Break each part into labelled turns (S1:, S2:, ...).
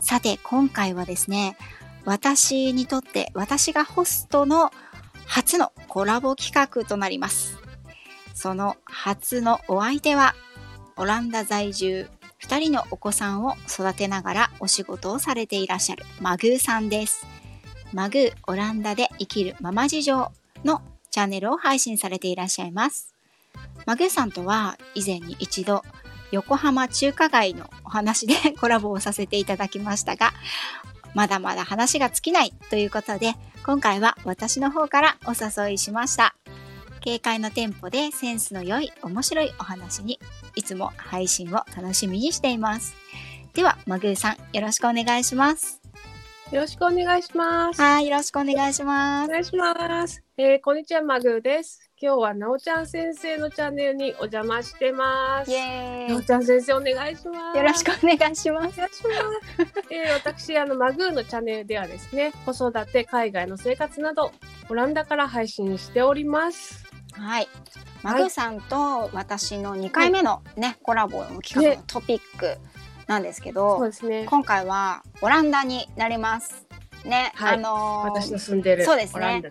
S1: さて今回はですね私にとって私がホストの初のコラボ企画となりますその初のお相手はオランダ在住2人のお子さんを育てながらお仕事をされていらっしゃるマグーさんですマグーオランダで生きるママ事情のチャンネルを配信されていらっしゃいますマグーさんとは以前に一度横浜中華街のお話で コラボをさせていただきましたがまだまだ話が尽きないということで今回は私の方からお誘いしました軽快なテンポでセンスの良い面白いお話にいつも配信を楽しみにしていますではマグーさんよろしくお願いします
S2: よろしくお願いします。
S1: はいよろしくお願いしま
S2: お
S1: す
S2: 願いします。えーこんにちは、マグーです。今日はなおちゃん先生のチャンネルにお邪魔してます
S1: イ。エ
S2: なお
S1: ー
S2: ちゃん先生、お願いします。
S1: イよろしくお願いします
S2: お願いします。 えー私、あの、マグーのチャンネルではですね、子育て、海外の生活など、オランダから配信しております。
S1: はい、マグさんと私の2回目のね、コラボの企画のトピックなんですけ
S2: そう
S1: ど、
S2: ですね。
S1: 今回はオランダになります。ね、
S2: はい
S1: あの
S2: 私
S1: ー
S2: の住んでる
S1: そうですね
S2: オランダ。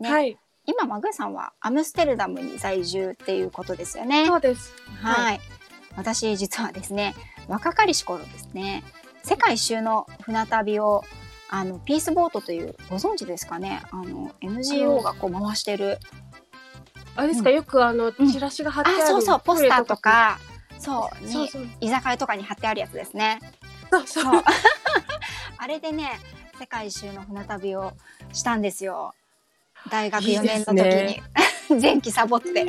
S1: ね
S2: はい、
S1: 今マグさんはアムステルダムに在住っていうことですよね。
S2: そ
S1: は
S2: うです。
S1: い、私実はですね、若かりし頃ですね、世界一周の船旅をあのピースボートというご存知ですかね、あの NGO がこう回してる
S2: あれですか、
S1: う
S2: よくあの、
S1: ん
S2: チラシが貼ってある、
S1: あ、そうそう、ポスターと。か、そ
S2: そ
S1: う、
S2: う
S1: に
S2: そう
S1: 居酒屋とかに貼ってあるやつですね。
S2: そうそう
S1: そう。 あれでね、世界一周の船旅をしたんですよ。大学
S2: いい
S1: 4
S2: で
S1: 年の時
S2: す
S1: に。
S2: ね
S1: 前期サボって。そ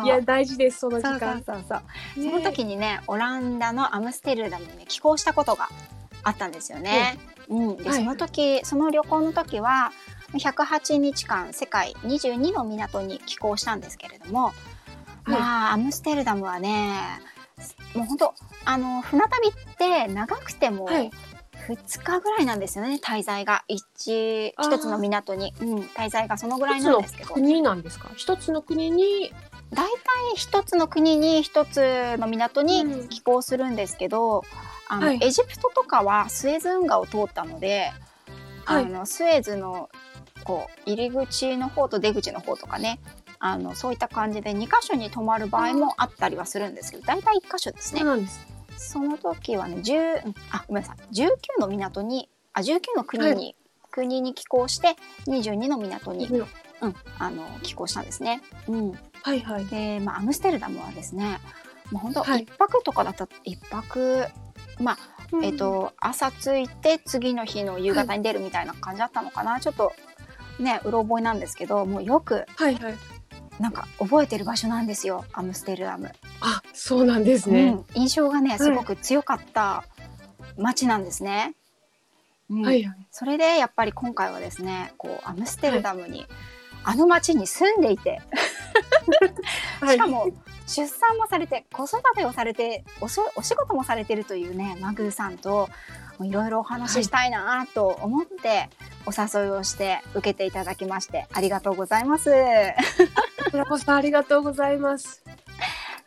S1: う
S2: いや大事ですその時
S1: そうそう
S2: 間。
S1: そうそう。そ
S2: ね
S1: の時にね、オランダのアムステルダムに、ね、寄港したことがあったんですよね。うん、で、
S2: はい
S1: その時、その旅行の時は。108日間世界22の港に寄港したんですけれども、まあアムステルダムはねもう本当あの船旅って長くても
S2: はい
S1: 2日ぐらいなんですよね滞在が一
S2: あー
S1: 一つの港に、うん、滞在がそのぐらい
S2: 一つ
S1: なん
S2: の
S1: ですけど
S2: 国なんですか。一つの国に
S1: 大体一つの国に一つの港
S2: う
S1: に
S2: ん
S1: 寄港するんですけど、あの
S2: はい
S1: エジプトとかはスエズ運河を通ったので、
S2: はい
S1: あのスエズのこう入り口の方と出口の方とかねあのそういった感じで2箇所に泊まる場合もあったりはするんですけど大体1箇所です
S2: そう
S1: ね。
S2: なんです。
S1: その時はね10うんあごめんなさい19の港にあ19の国に、
S2: は
S1: 国に寄港して22の港に、
S2: うん
S1: うん、あの寄港したんですね。うん、
S2: はいはい。
S1: で、まあ、アムステルダムはですねもう本当
S2: はい
S1: 一泊とかだった、一泊まあ、えっ、と朝着いて次の日の夕方に出るみたいな感じだったのかな、ちょっとねうろ覚えなんですけどもうよく
S2: はいはい。
S1: なんか覚えてる場所なんですよアムステルダム、
S2: あそうなんですね。
S1: うん、印象がね
S2: い
S1: すごく強かった街なんですね。うん
S2: はいはい。
S1: それでやっぱり今回はですねこうアムステルダムに、あの街に住んでいて
S2: はい
S1: しかも出産もされて子育てをされておしお仕事もされてるというねマグーさんといろいろお話ししたいなと思ってお誘いをして受けていただきましてありがとうございます。
S2: こちらこそありがとうございます。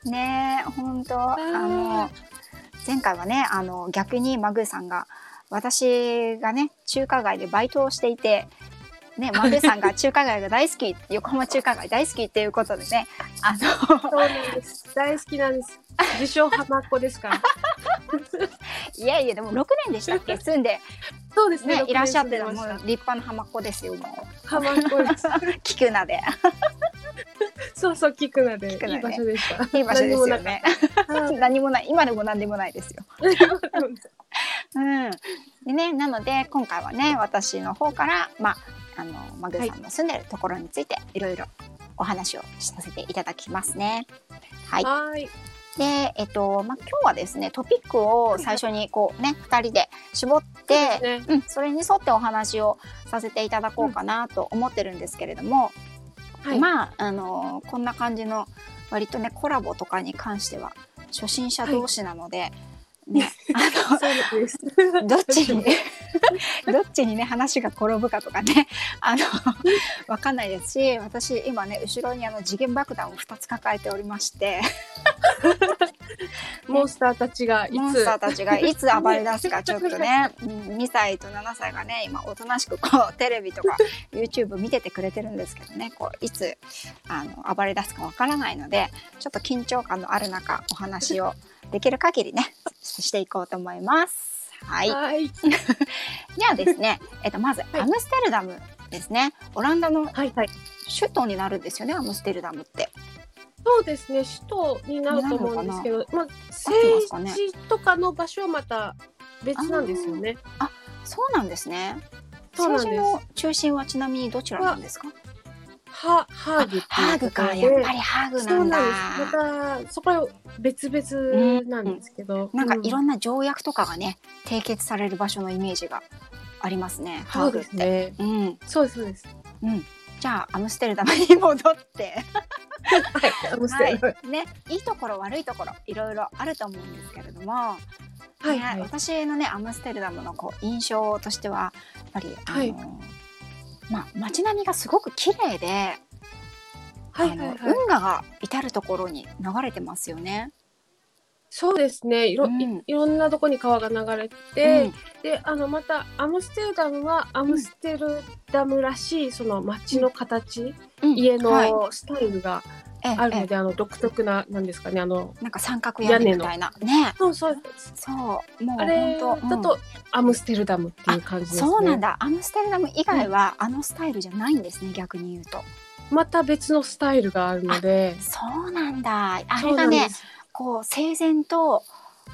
S1: ねえ本当あの前回はねあの逆にマグーさんが私がね中華街でバイトをしていて。ね、マグーさんが 中華街が大好き横浜中華街大好きっていうことでねあ の
S2: そうなんです。大好きなんです。自称浜っ子ですから。
S1: いやいやでも6年でしたっけ住んで
S2: そうです
S1: ね、
S2: ね。
S1: いらっしゃって
S2: る
S1: たもう立派な浜っ子ですよ、もう。
S2: 浜っ子です。
S1: キクナで。
S2: そうそう聞くなで
S1: 聞くなで
S2: いい場所でした。
S1: いい場所ですよ ね。
S2: 何もなかっ
S1: 何もない、今でも何でもないですよ。
S2: た。はい
S1: うん。でね、なので、今回はね、私の方から、まあ、あの、マグさんの住んでるところについて、いろいろお話をさせていただきますね。はい。
S2: はい。
S1: で、えっと、まあ、今日はですね、トピックを最初にこうね、二人で絞って、
S2: ね、
S1: うん、それに沿ってお話をさせていただこうかなと思ってるんですけれども、
S2: はい、
S1: まあ、あのこんな感じの割とねコラボとかに関しては初心者同士なので、ね、あ
S2: そうです。
S1: のどっちに どっちにね話が転ぶかとかね あのわかんないですし私今ね後ろにあの次元爆弾を2つ抱えておりまして
S2: モンスターたちがい
S1: モン
S2: つ
S1: スターたちがいつ暴れ出すかちょっと ねうん2歳と7歳がね今おとなしくこう テレビとか YouTube 見ててくれてるんですけどねこういつあの暴れ出すかわからないのでちょっと緊張感のある中お話をできる限りね していこうと思います。はい、
S2: はい、
S1: で はですね、えっと、まず
S2: い
S1: アムステルダムですねオランダの
S2: はい、はい。
S1: 首都になるんですよねアムステルダムって。
S2: そうですね、首都になると思うんですけど、まあ、
S1: ってます
S2: 政
S1: かね
S2: 治とかの場所はまた別なんですよね。
S1: そうなんですね。
S2: そうなん
S1: 政
S2: で
S1: 治
S2: す
S1: の中心はちなみにどちらなんですか
S2: は、ハーグっていうところで。
S1: ハーグか、やっぱりハーグ
S2: そ
S1: な
S2: うん
S1: だ。
S2: なんです。また、そこは別々なんですけど。
S1: なんかいろ
S2: な、
S1: んな条約とかがね、締結される場所のイメージがありますね。ハ
S2: そう
S1: ーグっ
S2: で
S1: て。
S2: す
S1: う
S2: ね。
S1: ん、
S2: そうです、そうです。
S1: うん。じゃあアムステルダムに戻って、
S2: はい、アムステルダム
S1: ね、いいところ悪いところいろいろあると思うんですけれども、
S2: はい、
S1: ね
S2: はい。
S1: 私のねアムステルダムのこう印象としてはやっぱりあの、
S2: はい
S1: まあ街並みがすごく綺麗で、
S2: は
S1: あ
S2: い、は
S1: の
S2: い、はい。
S1: 運河が至る所に流れてますよね。
S2: そうですね、いろ、
S1: うん
S2: いいろんなとこに川が流れてて。であのまたアムステルダムはアムステルダムらしいその街の形、
S1: うんうん
S2: 家
S1: はい
S2: のスタイルが
S1: ええ
S2: あるの
S1: え
S2: で、あの独特ななんですかねあの
S1: えなんか三角屋根みたいなね。
S2: そうそうです
S1: そう、もう
S2: あれ
S1: 本当
S2: だと、アムステルダムっていう感じですね。
S1: そうなんだ。アムステルダム以外は、あのスタイルじゃないんですね。逆に言うと。
S2: また別のスタイルがあるので
S1: そうなんだ。あ
S2: そ
S1: れ
S2: うな
S1: が
S2: んで
S1: ね、
S2: す
S1: こう整然と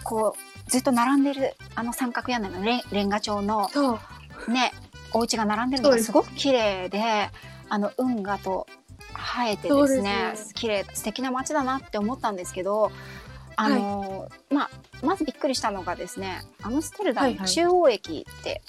S1: こうずっと並んでるあの三角屋根のレンレンガ調の
S2: そう
S1: ね、お家が並んでるの
S2: そう
S1: が
S2: です
S1: すごく綺麗で、あの運河と生えて
S2: そ
S1: で
S2: うですす
S1: ね
S2: ね、
S1: 綺麗素敵な街だなって思ったんですけど、あのーまあまずびっくりしたのがですね、アムステルダ
S2: はい
S1: ム
S2: はい
S1: 中央駅って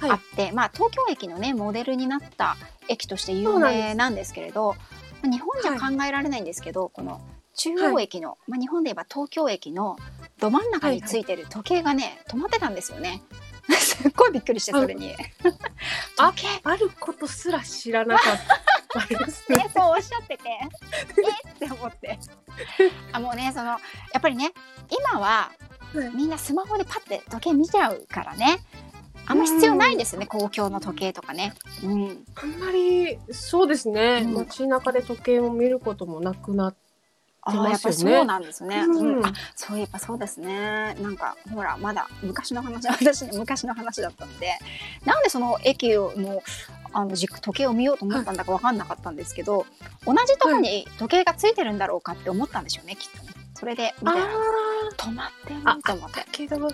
S2: はい
S1: あって、まあ東京駅のねモデルになった駅として
S2: そ
S1: 有
S2: うなん
S1: 名
S2: です
S1: なんですけれど、まあ日本じゃ考えられないんですけど、この中央駅の、まあ日本で言えば東京駅のど真ん中についてる時計がね、止まってたんですよね。 すっごいびっくりしてそれに。
S2: あ
S1: 時計
S2: あることすら知らなかった ですね。
S1: ね、そうおっしゃっててえって思ってあもうねそのやっぱりね今は
S2: はい
S1: みんなスマホでパッて時計見ちゃうからねあんま必要ないですよね公共の時計とかね、うん、
S2: あんまりそうですね、
S1: うん
S2: 街中で時計を見ることもなくなって、
S1: あ
S2: 出
S1: や
S2: ま
S1: っ
S2: す
S1: ぱ
S2: よね
S1: そうなんですね、うん
S2: うん
S1: あそういえばそうですねなんかほらまだ昔の話 私ね昔の話だったのでなんでその駅をのあのじ時計を見ようと思ったんだか分かんなかったんですけど、同じとこに時計がついてるんだろうかって思ったんでしょうねきっとねそれでみたいな
S2: あ
S1: 止まってる
S2: あ
S1: と思って
S2: ーけど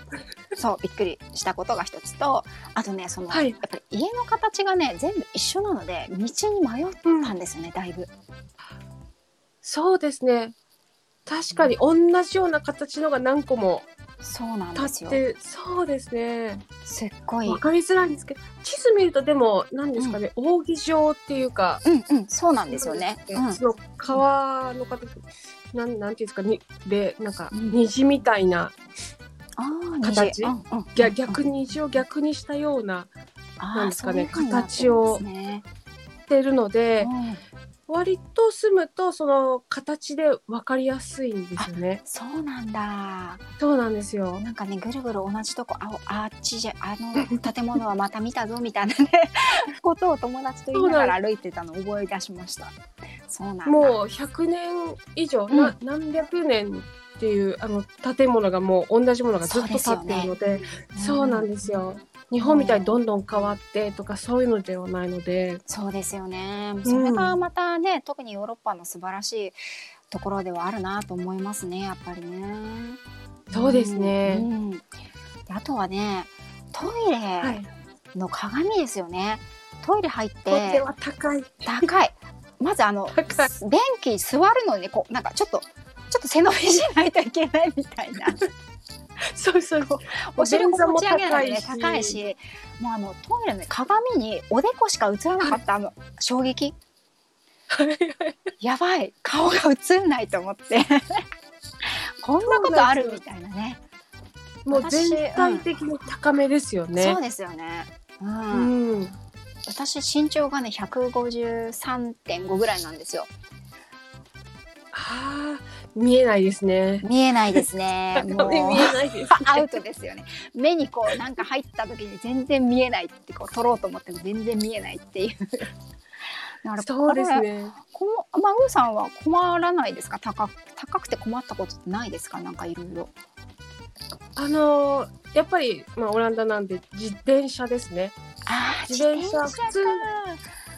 S1: そうびっくりしたことが一つとあとねその、
S2: はい
S1: やっぱり家の形がね全部一緒なので道に迷ったんですよね、だいぶ
S2: そうですね。確かに同じような形のが何個も
S1: そうなんです
S2: 立っ
S1: よ
S2: て、そうですね。
S1: すっごい
S2: わかりづらいんですけど、地図見るとでも何ですかね、扇状っていうか、
S1: うんうんそうなんですよねうん
S2: その川の形、なんなんていうんですかにでなんか
S1: うん
S2: 虹みたいな、
S1: あー
S2: 形
S1: 虹うんうん
S2: ぎゃ逆虹を逆にしたような
S1: あー
S2: なんですかね
S1: そういう風になってるんですね
S2: してるので、
S1: うん
S2: 割と住むとその形でわかりやすいんですよね。
S1: そうなんだ
S2: そうなんですよ。
S1: なんかねぐるぐる同じとこあおあっちじゃあ の建物はまた見たぞみたいなね ことを友達と言いながら歩いてたのを覚え出しましたそうなんだ
S2: もう100年以上、な何百年っていうあの建物がもう同じものがずっと立ってるのでそうなんですよ。日本みたいにどんどん変わってとかそういうのではないので
S1: そうですよね。それがまたね、特にヨーロッパの素晴らしいところではあるなと思いますね。やっぱりね。
S2: そうですね
S1: うんうんであとはね、トイ
S2: は
S1: レ
S2: い
S1: の鏡ですよね。トイレ入っ
S2: これ
S1: て
S2: は高い
S1: 高い。まずあの
S2: 高い
S1: 便器座るのにこうなんかちょっとちょっと背伸びしないといけないみたいな
S2: そうそうそう。
S1: お尻も
S2: 便座も
S1: 持ち上げないとね
S2: 高いし
S1: 高いしもうあのトイレの鏡におでこしか映らなかったあの衝撃やばい顔が映んないと思って こんなことあるみたいなね
S2: もう
S1: 私
S2: 全体的に高めですよね。
S1: そうですよねうん、
S2: うん。
S1: 私身長がね153.5ぐらいなんですよ
S2: ああ、見えないですね。
S1: 見えないですねも
S2: 高
S1: う
S2: め見え ないです。
S1: アウトですよね目にこうなんか入った時に全然見えないってこう取ろうと思っても全然見えないって いうだから
S2: そうです
S1: これ
S2: ね。
S1: このマグーさんは困らないですか高く高くて困ったことってないですかなんかいろいろ
S2: あのーやっぱり、まあ、オランダなんで自転車ですね
S1: あ
S2: ー自転車普通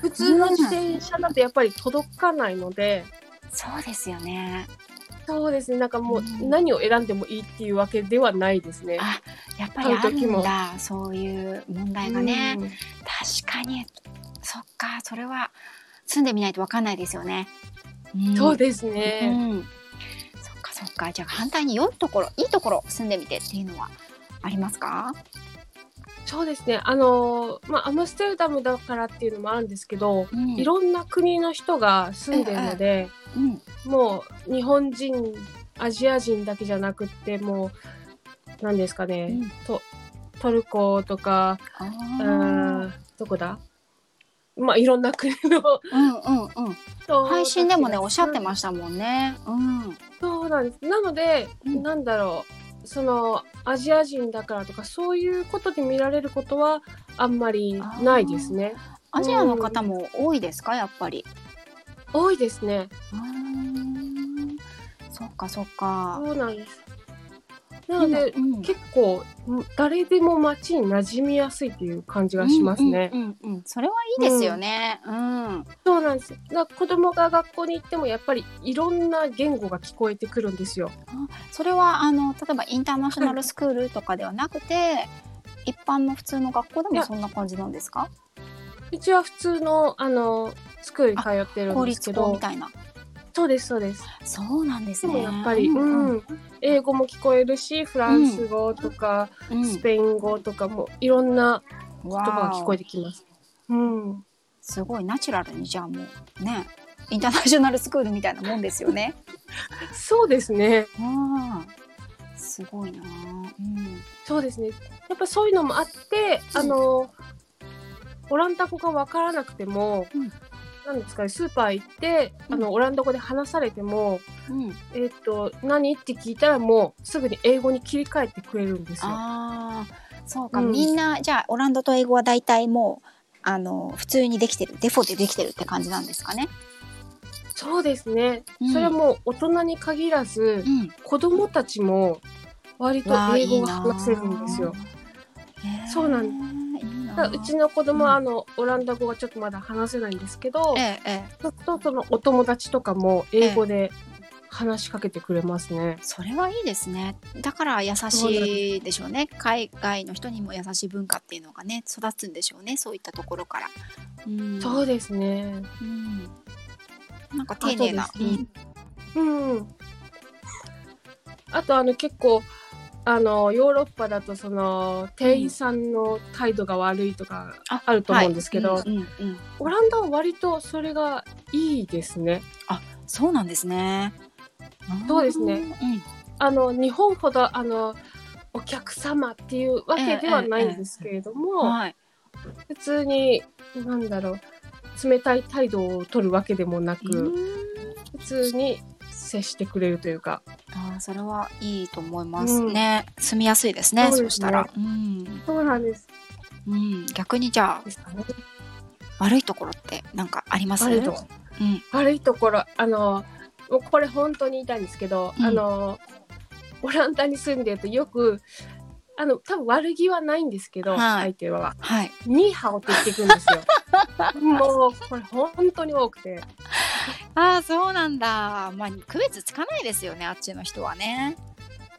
S2: 普通の自転車だとやっぱり届かないので、
S1: そうですよね
S2: そうですねなんかもう
S1: うん
S2: 何を選んでもいいっていうわけではないですね。
S1: あやっぱりあ
S2: 買う時
S1: るん
S2: も
S1: だそういう問題がね、確かにそっかそれは住んでみないとわかんないですよね、
S2: うんそう
S1: で
S2: ですね、
S1: うん、そっかそっかじゃあ反対に良いところいいところ住んでみてっていうのはありますか
S2: そうですねあのーまあアムステルダムだからっていうのもあるんですけど、
S1: うん
S2: いろんな国の人が住んでるので、
S1: うん
S2: もう日本人アジア人だけじゃなくってもう何ですかね、
S1: うん
S2: とトルコとか
S1: あ
S2: う
S1: ー
S2: ーんどこだまあいろんな国の
S1: うんうんうん
S2: 人
S1: 配信でもねおっしゃって
S2: す。
S1: ましたもんねうん
S2: そうなんです。なので、
S1: うん
S2: なんだろう、そのアジア人だからとかそういうことで見られることはあんまりないですね。
S1: アジアの方も多いですかやっぱり
S2: 多いですね。
S1: うーんそっかそっか
S2: そうなんです。なので、
S1: うん
S2: 結構誰でも街に馴染みやすいっていう感じがしますね。
S1: うんうんうんうんそれはいいですよねうん
S2: そうなんです。だから子供が学校に行ってもやっぱりいろんな言語が聞こえてくるんですよ。
S1: それはあの例えばインターナショナルスクールとかではなくて一般の普通の学校で
S2: い
S1: も
S2: や
S1: そんな感じなんですか
S2: うちは普通のあのスクールに通ってるん
S1: 公
S2: です
S1: 立
S2: け
S1: 校
S2: ど
S1: み、たいな
S2: そうですそうです。
S1: そうなんです
S2: で
S1: ね
S2: もやっぱり、
S1: う
S2: うんん
S1: うん
S2: 英語も聞こえるし、フランス語とか、
S1: うん
S2: スペイン語とかもいろんな言葉が聞こ
S1: わ
S2: え
S1: ー
S2: てきます。うん、
S1: すごいナチュラルにじゃあもうねインターナショナルスクールみたいなもんですよね
S2: そうですね。
S1: あーすごいなうん
S2: そうですね。やっぱそういうのもあって、
S1: うん
S2: あのオランダ語がわからなくても、
S1: うん
S2: なんですかね、スーパー行って、あのオランダ語で話されても、
S1: うん、
S2: えっ、と何って聞いたらもうすぐに英語に切り替えてくれるんですよ。
S1: あーそうか、
S2: うん
S1: みんなじゃあオランダと英語は大体もうあの普通にできてるデフォでできてるって感じなんですかね。
S2: そうですね。
S1: うん
S2: それはもう大人に限らず。
S1: うん、
S2: 子供たちも割と
S1: わあ
S2: 英語が話せるんですよ。。
S1: いいなあ
S2: そうなん
S1: へえいい
S2: だ
S1: な
S2: か
S1: あ
S2: らうちの子供
S1: うん
S2: はあの、オランダ語がちょっとまだ話せないんですけど、
S1: ええええ
S2: ちょっとそのお友達とかも英語で話しかけてくれますね。
S1: それはいいですね。だから優しいでしょうね。海外の人にも優しい文化っていうのがね、育つんでしょうね。そういったところから。うん、
S2: そうですね。
S1: うんなんか
S2: あ
S1: 丁
S2: と
S1: 寧
S2: で
S1: な。
S2: すね。うん。あとあの結構あのヨーロッパだとその店員さんの態度が悪いとか
S1: あ
S2: あると思うんですけど、
S1: はいうんうんうん
S2: オランダは割とそれがいいですね。
S1: そうなんですね。ん
S2: そうですね
S1: うん
S2: あの日本ほどあのお客様っていうわけではないんですけれども、
S1: はい。
S2: 普通に何だろう冷たい態度を取るわけでもなく、
S1: うん
S2: 普通に接してくれるというか
S1: あーそれはいいと思いますね。住みやすいですね。
S2: そ
S1: そ
S2: うですね
S1: したら。うん。
S2: そうなんです
S1: うん。逆にじゃあ、悪いところってなんかあります
S2: 悪いとこ
S1: うん、
S2: 悪いところあのもうこれ本当に言いたいんですけど、
S1: うん
S2: あのオランダに住んでるとよくあの多分悪気はないんですけど、
S1: はい
S2: 相手は
S1: はい。
S2: ニーハオって言ってくるんです よもうこれ本当に多くて。
S1: ああ、そうなんだ。まあ、区別つかないですよね、あっちの人はね。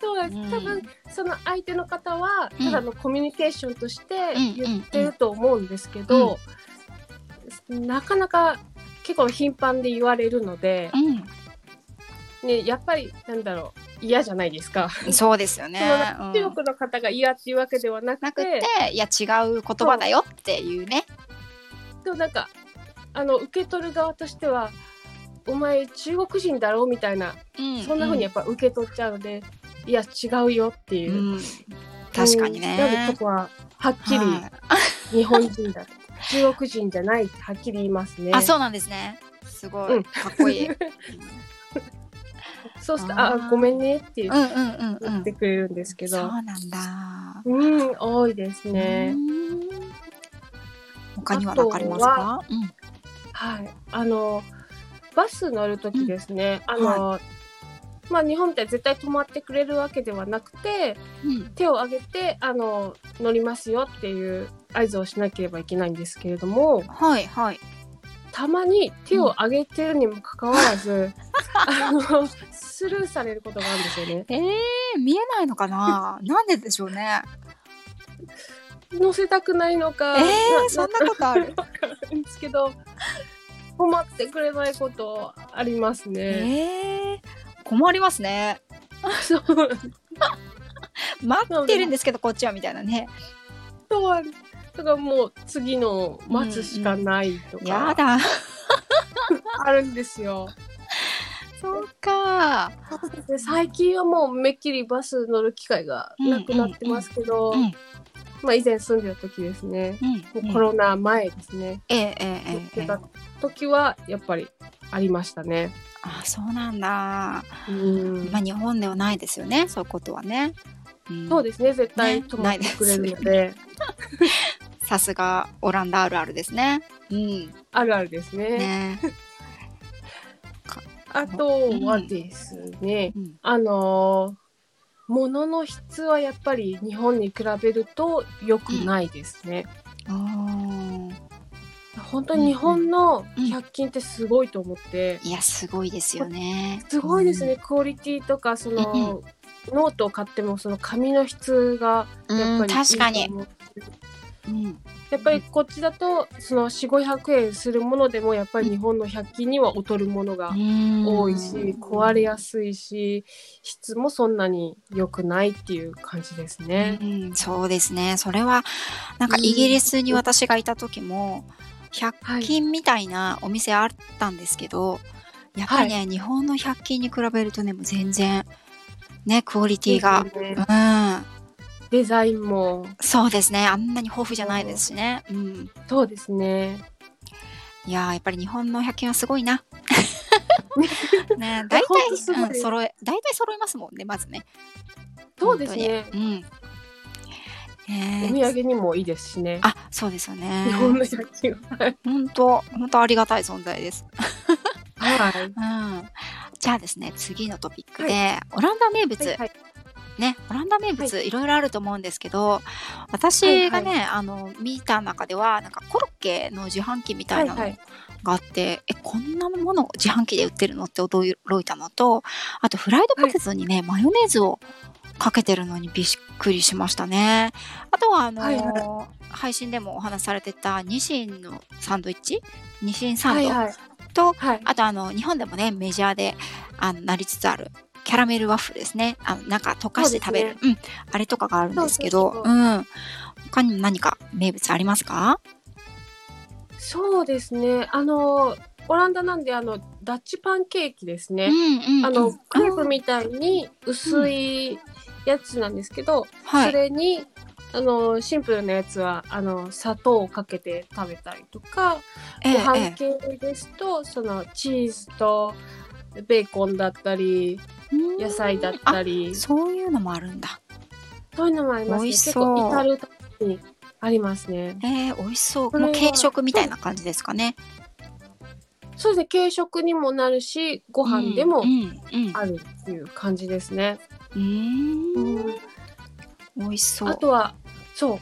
S2: そうなんです。多
S1: う
S2: 分
S1: ん
S2: その相手の方は
S1: うん
S2: ただのコミュニケーションとして
S1: うん
S2: 言ってると思うんですけど、なかなか結構頻繁で言われるので
S1: う、ん。
S2: ね、やっぱりなんだろう嫌じゃないですか。
S1: そうですよね
S2: そのな。
S1: うん
S2: 中国の方が嫌っていうわけではな
S1: な
S2: く
S1: く
S2: て、
S1: て、いや違う言葉だよっていうね。
S2: でもなんかあの受け取る側としては「お前中国人だろ?」みたいな、
S1: うん
S2: そんな風にやっぱ受け取っちゃうので「いや違うよ」っていうう、
S1: ん、確かにね。
S2: うんなのでそこははっき
S1: は
S2: り日本人だと中国人じゃないってはっきり言いますね
S1: い。あ、そうなんですね。すご
S2: う
S1: い
S2: ん
S1: かっこ いい。うん
S2: そうした
S1: あ
S2: ら「
S1: ー
S2: あごめんね」って
S1: うんうんう
S2: 言っ
S1: ん
S2: てくれるんです
S1: う
S2: け
S1: ん。そう
S2: ど、
S1: なんだ。
S2: うん、多いです
S1: う。
S2: ね
S1: ん他には何かありますか？うん
S2: はい、あのバス乗る時ですね、あの、まあ日本みたいに絶対止まってくれるわけではなくて
S1: うん
S2: 手を挙げてあの乗りますよっていう合図をしなければいけないんですけれども
S1: はいはい。
S2: たまに手を挙げてるにもかかわらず、 あのスルーされることがあるんですよね。
S1: ええ見えないのか な？なんででしょうね。
S2: 乗せたくないのか、
S1: ええ
S2: な
S1: そんなことあ る。
S2: わかるんですけど困ってくれないことありますね。
S1: ええ困りますね。
S2: そう
S1: 待ってるんですけどこっちはみたいなね。
S2: とはだからもう次の待つしかないと
S1: や
S2: か
S1: だ。
S2: あるんですよ。
S1: そうか。
S2: で最近はもうめっきりバス乗る機会がなくなってますけど、
S1: うんうん
S2: まあ以前住んでた時ですね、
S1: うん
S2: もうコロナ前ですね、
S1: ええええ
S2: 乗っ
S1: え
S2: て
S1: え
S2: た時はやっぱりありましたね。
S1: あそうなんだ、
S2: うん
S1: まあ日本ではないですよねそういうことはね、うん
S2: そうですね絶対
S1: ね
S2: 止まってくれるので
S1: さすがオランダあるあるですねうん
S2: あるあるですね。
S1: ね、
S2: あとはですね、
S1: うん、
S2: あのー物の質はやっぱり日本に比べると良くないですね。
S1: おー
S2: 本当に日本の
S1: うん
S2: 100均ってすごいと思って、
S1: いやすごいですよね
S2: すごいですね、、クオリティとかその、ノートを買ってもその紙の質が
S1: うん
S2: や
S1: う
S2: っぱ
S1: ん
S2: り
S1: 確かに
S2: いいと思う
S1: うん
S2: やっぱりこっちだとその4500円するものでもやっぱり日本の100均には劣るものが多いし、壊れやすいし質もそんなに良くないっていう感じですね。
S1: うん、そうですねそれはなんかイギリスに私がいた時も100均みたいなお店あったんですけど、やっぱりね、日本の100均に比べるとねもう全然ねクオリティが、
S2: ですよね
S1: うん、
S2: デザインも
S1: そうですねあんなに豊富じゃないですしね、うん、
S2: そうですね。
S1: いやーやっぱり日本の100均はすごい な。ね大体
S2: ほんとすごい
S1: うん、揃え大体揃えますもんねまずね。
S2: そうですね
S1: 本。当に。うん。え
S2: お
S1: ー
S2: 土産にもいいですしね。
S1: あそうですよね
S2: 日。本の借金は。
S1: 本当本当ありがたい存在です。
S2: はい。
S1: うん。じゃあですね次のトピックで、オランダ名物、
S2: はいはい。
S1: ねオランダ名物、い、ろいろあると思うんですけど
S2: はい
S1: 私がね、あの見た中ではなんかコロッケの自販機みたいなの
S2: はいはい
S1: があって、えこんなもの自販機で売ってるのって驚いたのとあとフライドポテトにね、マヨネーズをかけてるのにびっくりしましたね。あとはあのー
S2: はいは
S1: 配信でもお話しされてたニシンのサンドイッチニシンサンド、
S2: はいはい。
S1: と
S2: はい。
S1: あとあの日本でもねメジャーであのなりつつあるキャラメルワッフルですねあのなんか溶かして食べるう、ん、あれとかがあるんですけど
S2: そううそうそ
S1: ん、他にも何か名物ありますか
S2: そうですね。あのオランダなんであのダッチパンケーキです
S1: うん
S2: ね。
S1: うんうん
S2: あのクレープみたいに薄いやつなんですけど、
S1: は
S2: そ
S1: い
S2: れにあのシンプルなやつはあの砂糖をかけて食べたりとか、
S1: ええ
S2: ご飯
S1: え
S2: 系ですとそのチーズとベーコンだったり
S1: えうん
S2: 野菜だった
S1: あ
S2: り
S1: そういうのもあるんだ
S2: そういうのもあります
S1: 美
S2: ね
S1: 味し
S2: 結
S1: そう
S2: 構至るところにありますね
S1: えー、美味しそう
S2: これ
S1: も
S2: は
S1: う軽食みたいな感じですかね
S2: そうですね軽食にもなるしご
S1: ご
S2: 飯でも
S1: うんうん
S2: あるっていう感じですね、
S1: うんうーん
S2: うん
S1: 美味しそう
S2: あとはそう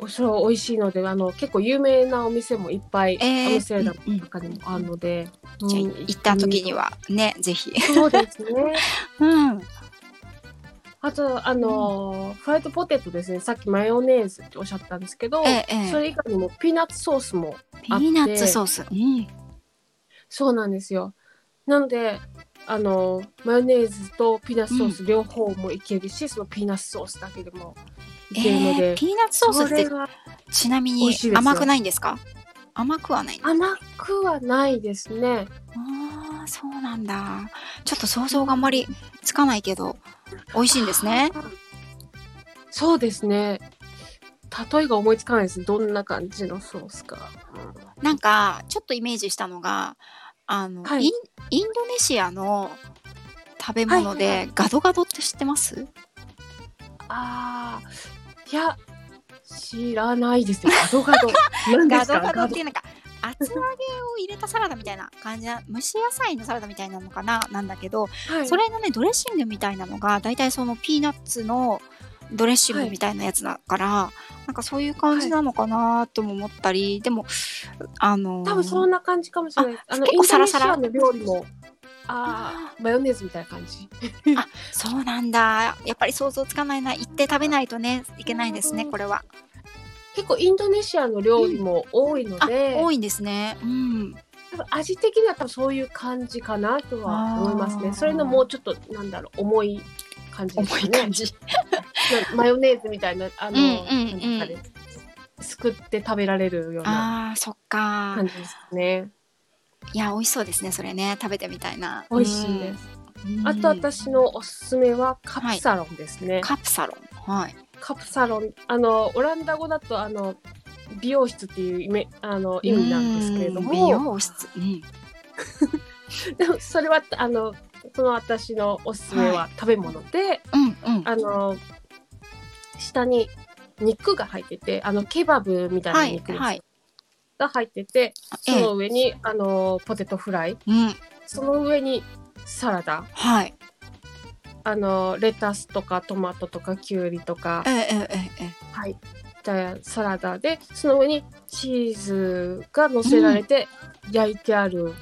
S2: おそれは美味しいのであの結構有名なお店もいっぱい、
S1: えー
S2: お店の中にもあるので、
S1: じゃあ
S2: うん
S1: 行った時にはねぜひ
S2: そうですね
S1: うん
S2: あと、あのーフライドポテトですね。さっきマヨネーズっておっしゃったんですけど、
S1: ええええ
S2: それ以外にもピーナッツソースも
S1: ピーナッツソースうん
S2: そうなんですよ。なので、あのマヨネーズとピーナッツソース両方もいけるし、そのピーナッツソースだけでもいけるので、
S1: えー、ピーナッツソースっ
S2: これ
S1: て
S2: は
S1: ちなみ
S2: 美
S1: に
S2: 味しいですよ
S1: 甘くないんですか甘くはないあ
S2: 甘くはないですね
S1: あーそうなんだちょっと想像があんまりつかないけど美味しいんですね
S2: そうですね例えが思いつかないですどんな感じのソースか、
S1: なんかちょっとイメージしたのがあの、
S2: はい
S1: インインドネシアの食べ物
S2: はいは
S1: でガドガドって知ってます
S2: あーいや知らないですねガド ガド何で
S1: ガ
S2: す
S1: ド
S2: か
S1: ガドっていうなんか厚揚げを入れたサラダみたいな感じな蒸し野菜のサラダみたいなのかななんだけど、
S2: はい
S1: それのねドレッシングみたいなのが大体そのピーナッツのドレッシングみたいなやつだから、なんかそういう感じなのかなとも思ったり、でもあのー
S2: 多分そんな感じかもしれない。あの
S1: 結構サラサラ
S2: インドネシアの料理も、ああ、マヨネーズみたいな感じ。
S1: そうなんだやっぱり想像つかないな行って食べないとねいけないですねこれは。
S2: 結構インドネシアの料理も多いの
S1: あ、
S2: で、
S1: 多いんですね。うん。
S2: 多分味的には多分そういう感じかなとは思います
S1: あー
S2: ね。それのもうちょっとなんだろう重い感じです
S1: 重
S2: か
S1: い
S2: ね
S1: 感。じ。
S2: なマヨネーズみたいなあの、
S1: うんうんうん
S2: なんですかねすくって食べられるような
S1: ああ、そっか
S2: 感。じですね。
S1: いや、美味しそうですね。それね、食べてみたいな。
S2: 美味しいです。
S1: うん。
S2: あと私のおすすめはカプサロンですね。
S1: カプサロン。はい。
S2: カプサロンあのオランダ語だとあの美容室っていう意味あの意味なんですけれど
S1: うん美
S2: も
S1: 容室。うん。
S2: でもそれはあのその私のおすすめは食べ物で、
S1: うんうん。
S2: あの下に肉が入っててあのケバブみたいな
S1: はい
S2: 肉です
S1: はい。
S2: が入ってて、
S1: え
S2: そ
S1: え。
S2: の上にあのポテトフライ
S1: うん。
S2: その上にサラダ
S1: はい。
S2: あのレタスとかトマトとかキュウリとか
S1: ええええええええ。
S2: 入ったサラダでその上にチーズが乗せられて焼いてある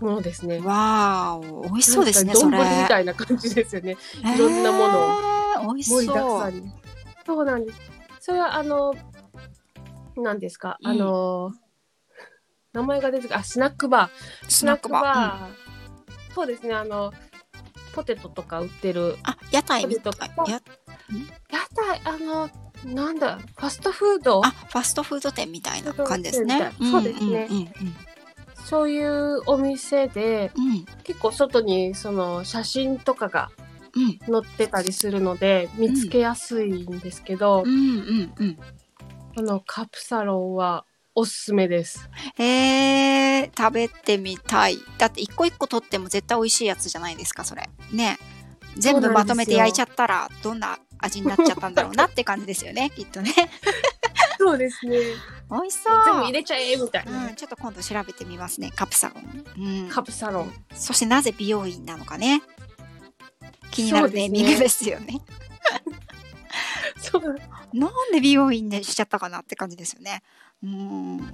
S2: ものですね。
S1: わーお、美味しそうですね。
S2: なん
S1: そ
S2: か
S1: れ。
S2: 丼みたいな感じですよね。
S1: ええ
S2: いろんなものを。
S1: 美味し
S2: 盛りだく
S1: そ
S2: さ
S1: う。
S2: んに。そうなんです。それはあの何ですか、
S1: うん
S2: あの名前が出てくるあスナックバー
S1: スナックバー
S2: ーそうですねあのポテトとか売ってる
S1: あ、屋台みたい
S2: ポテト。と
S1: や
S2: 屋台あのなんだファストフード
S1: あ、ファストフード店みたいな感じですね。
S2: ファストフード店みたい
S1: うんうん
S2: そういうお店で
S1: うんうん。
S2: 結構外にその写真とかが
S1: うんうん。
S2: 載ってたりするので見つけやすいんですけど、
S1: うんうんうん。
S2: あのカプサロンはおすすめです。
S1: えー、食べてみたいだって一個一個取っても絶対美味しいやつじゃないですかそれね全部まとめて焼いちゃったらどんな味になっちゃったんだろうなって感じですよねきっとね
S2: そうです ね。
S1: 美味しそう
S2: 全部入れちゃえみたいな、
S1: うん、ちょっと今度調べてみますねカプサロン、うん、
S2: カプサロン。
S1: そしてなぜ美容院なのかね気になるネーミング
S2: そうで
S1: ですよね
S2: そうなん
S1: なんで美容院でしちゃったかなって感じですよねうん
S2: か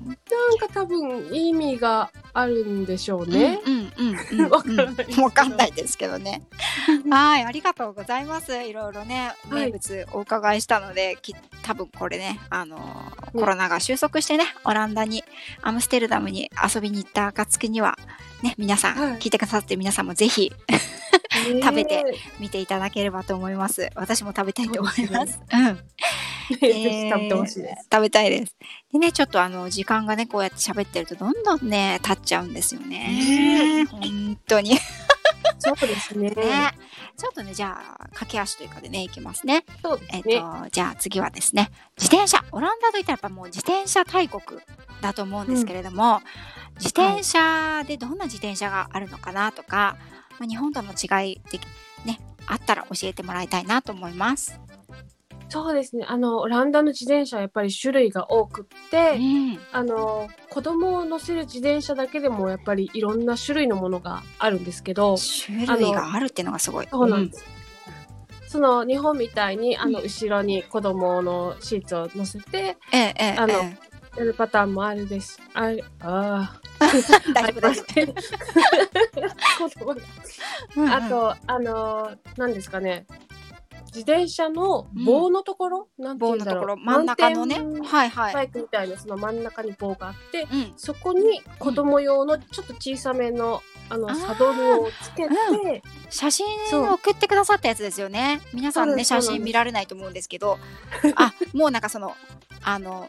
S2: 多分意味があるんでしょうね。
S1: うんうんうんうん。
S2: わからないですけど
S1: わかんないですけどね。はい、ありがとうございます。いろいろね、
S2: はい
S1: 名物お伺いしたので、き多分これね、あのーコロナが収束してね、オランダにアムステルダムに遊びに行った暁には。ね、皆さん、
S2: はい
S1: 聞いてくださってる皆さんもぜひ
S2: ね
S1: 食べて見ていただければと思います。私も食べたいと思います。うん。
S2: ぜひ食べてほしいです。
S1: 食べたいです。でね、ちょっとあの時間がね、こうやって喋ってると、どんどんね、経っちゃうんですよね。
S2: ね
S1: 本当に。
S2: そうですね。
S1: ね、ちょっとね、じゃあ、駆け足というかでね、いきますね。
S2: そうです
S1: えっ、と、
S2: ね。
S1: じゃあ次はですね、自転車、オランダといったらやっぱもう自転車大国だと思うんですけれども、自転車でどんな自転車があるのかなとか、まあ、日本との違いで、ね、あったら教えてもらいたいなと思います。
S2: そうですね。あのオランダの自転車はやっぱり種類が多くって、
S1: うん、
S2: あの子供を乗せる自転車だけでもやっぱりいろんな種類のものがあるんですけど、
S1: 種類があるっていうのがすごい。
S2: そうなんです。その日本みたいにあの後ろに子供のシーツを乗せて
S1: うんええええ
S2: あの
S1: え
S2: やるパターンもあるです。あるあ
S1: え大丈夫
S2: あ
S1: 大
S2: り
S1: 丈
S2: ます 子供が
S1: 夫。うんうん
S2: あと、あのー、何ですかね。自自転車の棒のところ、なんてい
S1: 棒
S2: うん
S1: の
S2: だ
S1: とこ
S2: ろ
S1: ろ
S2: う
S1: 真ん中のね
S2: マウンテン
S1: はいはい、
S2: バイクみたいなその真ん中に棒があって、
S1: うん
S2: そこに子供用のちょっと小さめのあの
S1: あー
S2: サドルをつけて、
S1: 写真
S2: そう
S1: を送ってくださったやつですよね皆さんね
S2: そうで
S1: 写
S2: すそうなん
S1: 真
S2: です
S1: 見られないと思うんですけ どあもうなんかそのあの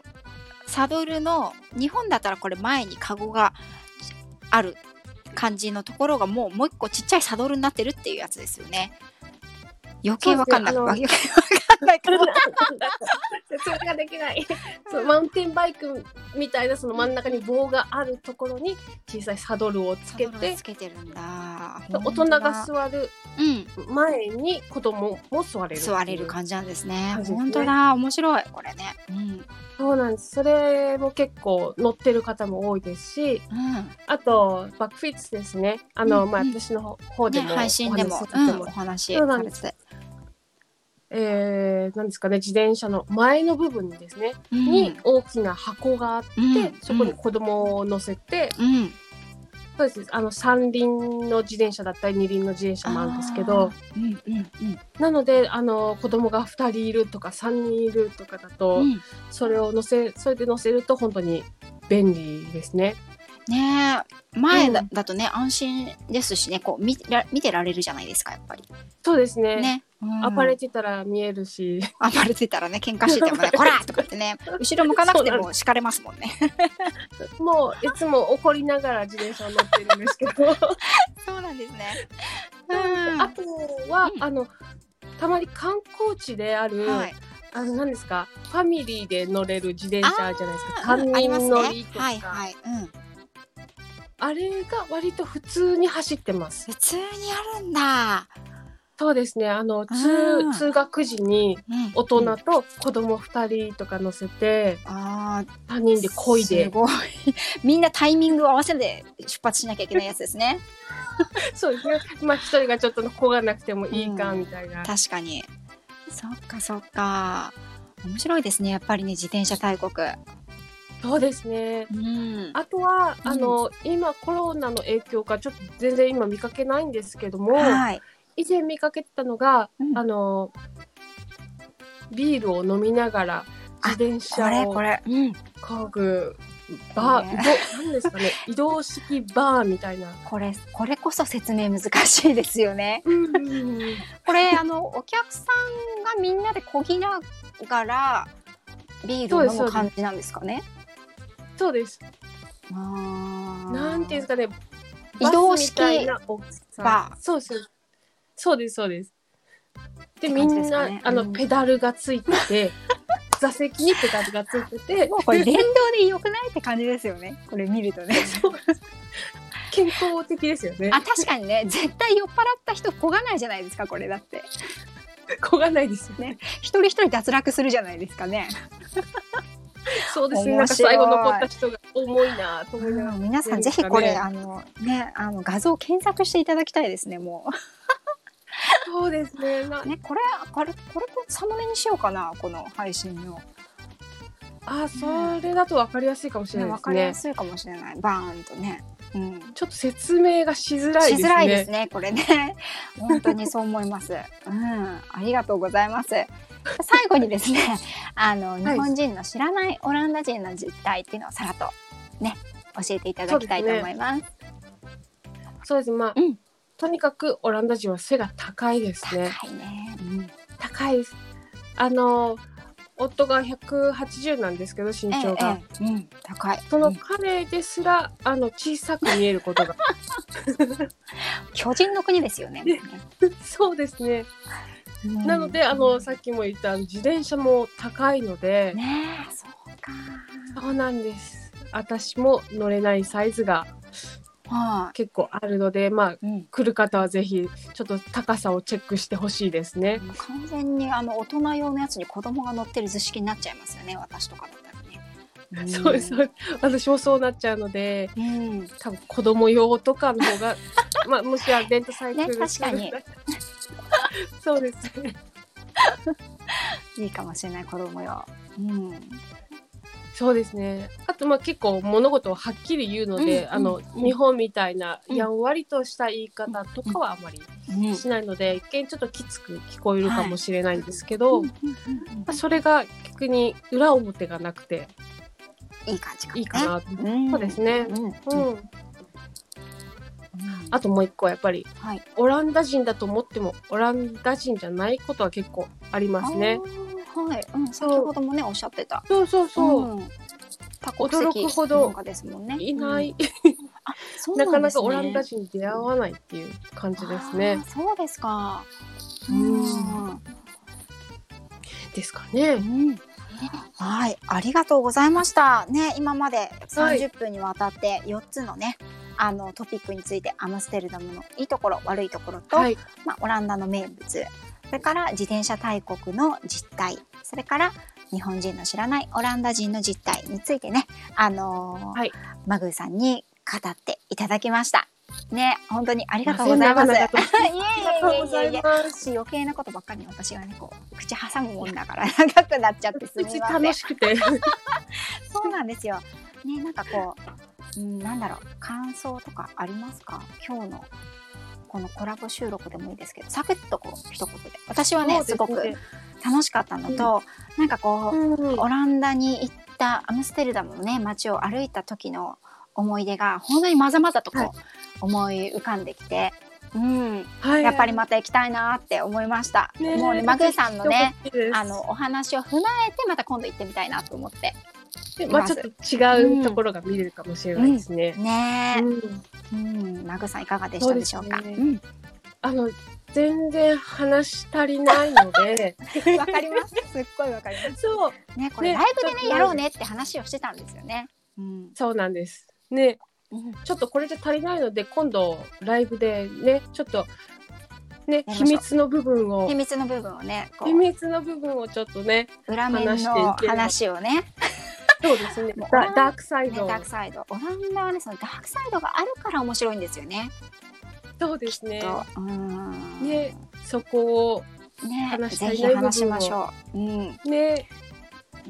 S1: サドルの日本だったらこれ前にカゴがある感じのところがもうもう一個ちっちゃいサドルになってるっていうやつですよね余計わかんない
S2: そう
S1: わ
S2: です
S1: 余計わかんないけど
S2: 説明ができないそうマウンテンバイクみたいなその真ん中に棒があるところに小さいサドルをつ
S1: サ
S2: け
S1: ドルを
S2: て
S1: つけてるんだ
S2: 大人が座る
S1: うん
S2: 前に子供も座れる
S1: 座れる感じなんですね
S2: 感じですね
S1: 本当だ面白いこれねうん
S2: そうなんですそれも結構乗ってる方も多いですし
S1: うん
S2: あとバックフィッツですねあの、
S1: うん
S2: まあ、
S1: うん
S2: 私の方で
S1: ね
S2: も、
S1: 配信で
S2: お
S1: も
S2: 話しさ
S1: うん
S2: せても
S1: お話
S2: そうな
S1: さ
S2: ん
S1: れ
S2: で
S1: てて
S2: えー、なんですかね自転車の前の部分にですね、
S1: うん
S2: に大きな箱があって、
S1: うん
S2: そこに子供を乗せて、
S1: うん
S2: そうですあの三輪の自転車だったり二輪の自転車もあるんですけど
S1: あーうんうん
S2: なのであの子供が2人いるとか3人いるとかだと、
S1: うん、うん、
S2: それを乗せそれで乗せると本当に便利ですね。
S1: ねえ前だ,、
S2: うん
S1: だとね安心ですしねこう見ら見てられるじゃないですかやっぱり
S2: そうですね
S1: ね、うん
S2: 暴れてたら見えるし、
S1: 暴れてたらね喧嘩して てもね「こら!」とかってね 後ろ向かなくても叱れますもんね
S2: もういつも怒りながら自転車を乗ってるんですけど
S1: そうなんですね
S2: あとは、
S1: うん
S2: あのたまに観光地である、
S1: はい
S2: あの何ですかファミリーで乗れる自転車あるじゃないですか
S1: あ
S2: 3
S1: うんあります
S2: 人
S1: ね
S2: 乗りとかあ,、
S1: はいはい、うん、
S2: れが割と普通に走ってます
S1: 普通にあるんだ、
S2: そうですねあの
S1: あー
S2: 通通学時に
S1: うん
S2: 大人と子供2人とか乗せて
S1: あー
S2: 3人で漕い
S1: す
S2: で
S1: ごい みんなタイミングを合わせて出発しなきゃいけないやつですね
S2: そうですねまあ1人がちょっと漕がなくてもいいかみたいな、
S1: 確かにそっかそっか面白いですねやっぱりね自転車大国
S2: そうですね
S1: うん
S2: あとは、
S1: うん
S2: あの今コロナの影響かちょっと全然今見かけないんですけども
S1: はい
S2: 以前見かけてたのが
S1: うん
S2: あのビールを飲みながら自転
S1: こ
S2: 車
S1: れ
S2: を
S1: これうん
S2: こぐバー、
S1: ね
S2: どなんです かね移動式バーみたいな。
S1: これこれこそ説明難しいですよ ねこれあのお客さんがみんなでこぎながらビールを飲む
S2: そうですそう
S1: 感
S2: で
S1: じなんですかね
S2: そうです。
S1: な
S2: なんていうんですかね。
S1: 移動式
S2: バスみたいな大きさ
S1: バー
S2: そうそう。そうですそうです。で
S1: って感
S2: み
S1: じで
S2: ん
S1: す
S2: な、
S1: かね
S2: あの
S1: うん
S2: ペダルがついてて 座席にペダルがついてて
S1: もうこれ電動で良くないって感じですよ ねこれ見るとね
S2: 健康的ですよね
S1: あ。確かにね絶対酔っ払った人こがないじゃないですかこれだって
S2: 焦がないですよね。
S1: 一人一人脱落するじゃないですかね
S2: そうですね。な
S1: 面
S2: んか
S1: 白い
S2: 最後残った人が重いなと思いながら。
S1: 皆さんぜひこれ、あのねあの画像を検索していただきたいですねも
S2: そうですね。な
S1: うねこれこれこれサムネにしようかなこの配信の、
S2: あ、それだと分かりやすいかもしれ
S1: ね、
S2: ない
S1: わ
S2: です
S1: かり
S2: ね
S1: や。すいかもしれないバーンとね、うん、
S2: ちょっと説明がしづら
S1: し
S2: いですね。
S1: づらいですねこれね 本当にそう思いますうんありがとうございます最後にですね あの日
S2: い
S1: 本人の知らないオランダ人の実態っていうのをさらっとね教えていただきたいと思います
S2: そうです。まあ、
S1: うん
S2: とにかくオランダ人は背が高いですね。
S1: 高いね、うん
S2: 高いです。あの、夫が180なんですけど、身長が。
S1: ええええうん、高い
S2: そ
S1: うん
S2: の彼ですら、あの、小さく見えることが。
S1: 巨人の国ですよね。
S2: そうですね。なので、あの、さっきも言った、あの自転車も高いので、
S1: ねえ、そうか。
S2: そうなんです。私も乗れないサイズが
S1: は
S2: 結構あるので、まあ、
S1: い。うん。
S2: 来る方はぜひ、ちょっと高さをチェックしてほしいですね。
S1: 完全にあの大人用のやつに子供が乗ってる図式になっちゃいますよね。私とかだったらね。ん
S2: そうです。そうです私もそうなっちゃうので、
S1: うん。
S2: 多分子供用とかの方 がまあもしはレンタサイクル、
S1: ね確かに
S2: そうですね
S1: いいかもしれない子供用。うん。
S2: そうですね。あとまあ結構物事をはっきり言うので、
S1: うん
S2: あの
S1: うん
S2: 日本みたいな
S1: うん
S2: やんわりとした言い方とかはあまり
S1: うん
S2: しないので、一見ちょっときつく聞こえるかもしれないんですけど、まあそれが逆に裏表がなくて
S1: いい感じかもね
S2: いいかなと、
S1: うん
S2: そうですね。
S1: うん
S2: うん。あともう一個はやっぱり
S1: はい
S2: オランダ人だと思ってもオランダ人じゃないことは結構ありますね。
S1: あーはい、うん、先ほどもねおっしゃってた
S2: そうそうそう。
S1: うん多国籍
S2: 驚くほど
S1: 文化ですもんね
S2: いな
S1: うん
S2: い、
S1: あそう
S2: なか
S1: んで
S2: な
S1: す
S2: か
S1: ね
S2: オランダ人に出会わないっていう感じですね
S1: あ。ーそうですか。
S2: うん
S1: うん
S2: ですかね。
S1: はい、ありがとうございました。ね、今まで
S2: は
S1: 三
S2: い
S1: 十分にわたって四つのね、あのトピックについてアムステルダムのいいところ悪いところと、
S2: はい。
S1: まあオランダの名物、それから自転車大国の実態、それから日本人の知らないオランダ人の実態についてね、あのー
S2: はい
S1: マグーさんに語っていただきました。ね、本当にありがとうございます。
S2: あ
S1: いえい
S2: りがとう ござい
S1: えいえいえいえ。
S2: ます。
S1: 余計なことばっかり私はねこう口挟むもんだから 長くなっちゃってすみ
S2: うち
S1: ません
S2: 楽しくて。
S1: そうなんですよねなんかこう、うん、なんだろう感想とかありますか今日のこのコラボ収録でもいいですけどサクッとこう一言で私はねすごく楽しかったのと、なんかこう、
S2: うん
S1: オランダに行ったアムステルダムのね街を歩いた時の思い出がほんとにまざまざとこう、
S2: はい
S1: 思い浮かんできて、うん、
S2: はい
S1: やっぱりまた行きたいなって思いました。
S2: ね
S1: もうねマグーさんのね。
S2: 来てほしいです
S1: あのお話を踏まえてまた今度行ってみたいなと思って
S2: まあちょっと違うところが見れるかもしれないですね。
S1: ねえ、
S2: うん
S1: うんマグさんいかがでしたでしょうか
S2: そううです
S1: ん
S2: あの全然話し足りないので、
S1: わ、かりますすっごいわかりま
S2: そう
S1: すねこれ
S2: ね
S1: ライブで
S2: ちょっ
S1: ね
S2: と
S1: やろうねって話をしてたんですよねうん、
S2: そうなんです。ね、
S1: うん
S2: ちょっとこれじゃ足りないので今度ライブでねちょっと
S1: や
S2: ね
S1: りましょう
S2: 秘密の部分を
S1: 秘密の部分をねこ
S2: 秘密の部分をちょっとね
S1: う裏面
S2: 話してい
S1: の
S2: ければ
S1: 話をね
S2: そうですね
S1: もう
S2: ダダークサイ
S1: ね
S2: ドを
S1: ダークサイドオランダはねそのダークサイドがあるから面白いんですよね
S2: そうですね
S1: とうん
S2: ねそこを
S1: ね
S2: 話した
S1: ぜ
S2: い
S1: ひ話しましょううん
S2: ね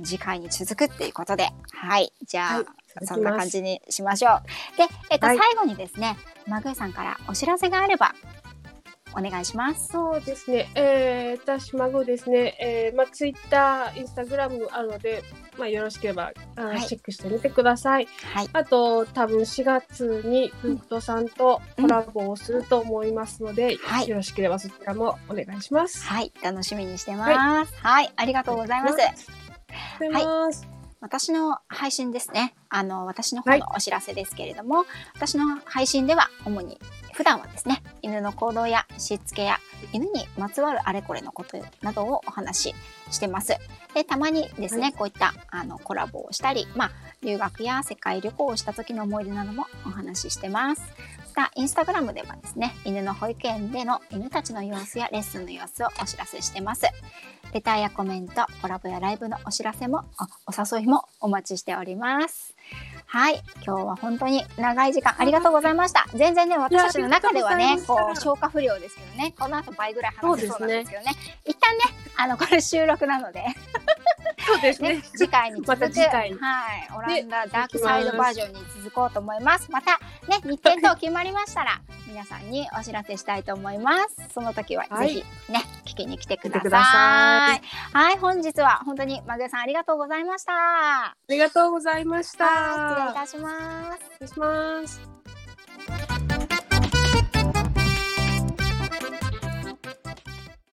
S1: 次回に続くっていうことではいじゃあ、
S2: はい
S1: そんな感じにしましょう。で、えっと、
S2: はい
S1: 最後にですね、マグーさんからお知らせがあれば、お願いします。
S2: そうですね、えー、私孫ですね、えーまあ、ツイッターインスタグラムあるので、まあ、よろしければあー、
S1: はい
S2: チェックしてみてください
S1: はい。
S2: あと多分4月にフットさんとコラボをすると思いますので、
S1: はい
S2: よろしければそちらもお願いします、
S1: はい。楽しみにしてます。はい。ありがとうございます。
S2: ありがとうございます。
S1: 私の配信ですね。あの、私の
S2: は
S1: 方
S2: い
S1: のお知らせですけれども、私の配信では主に普段はですね、犬の行動やしつけや犬にまつわるあれこれのことなどをお話ししてます。で、たまにですね、
S2: は
S1: こういったあのコラボをしたり、まあ、留学や世界旅行をした時の思い出などもお話ししてます。また、インスタグラムではですね、犬の保育園での犬たちの様子やレッスンの様子をお知らせしてます。レターやコメント、コラボやライブのお知らせも、おお誘いもお待ちしております。はい、今日は本当に長い時間ありがとうございました。全然ね、私たちの中ではね、こう消化不良ですけどね、この後倍ぐらい話せそうなんですけどね、一旦ね、あのこれ収録なので、
S2: そうですね
S1: ね、次回に続
S2: ま
S1: く、
S2: た次回
S1: はい、オランダダークサイドバージョンに続こうと思います。またね、日程等決まりましたら、皆さんにお知らせしたいと思います。その時は
S2: は
S1: ぜ
S2: い
S1: ひね、聞きに来てくだ
S2: 来てくだ
S1: さ
S2: さ
S1: い。はい、本日は本当にマグさんありがとうございました。
S2: ありがとうございました。
S1: はい失礼いたします。
S2: 失礼します。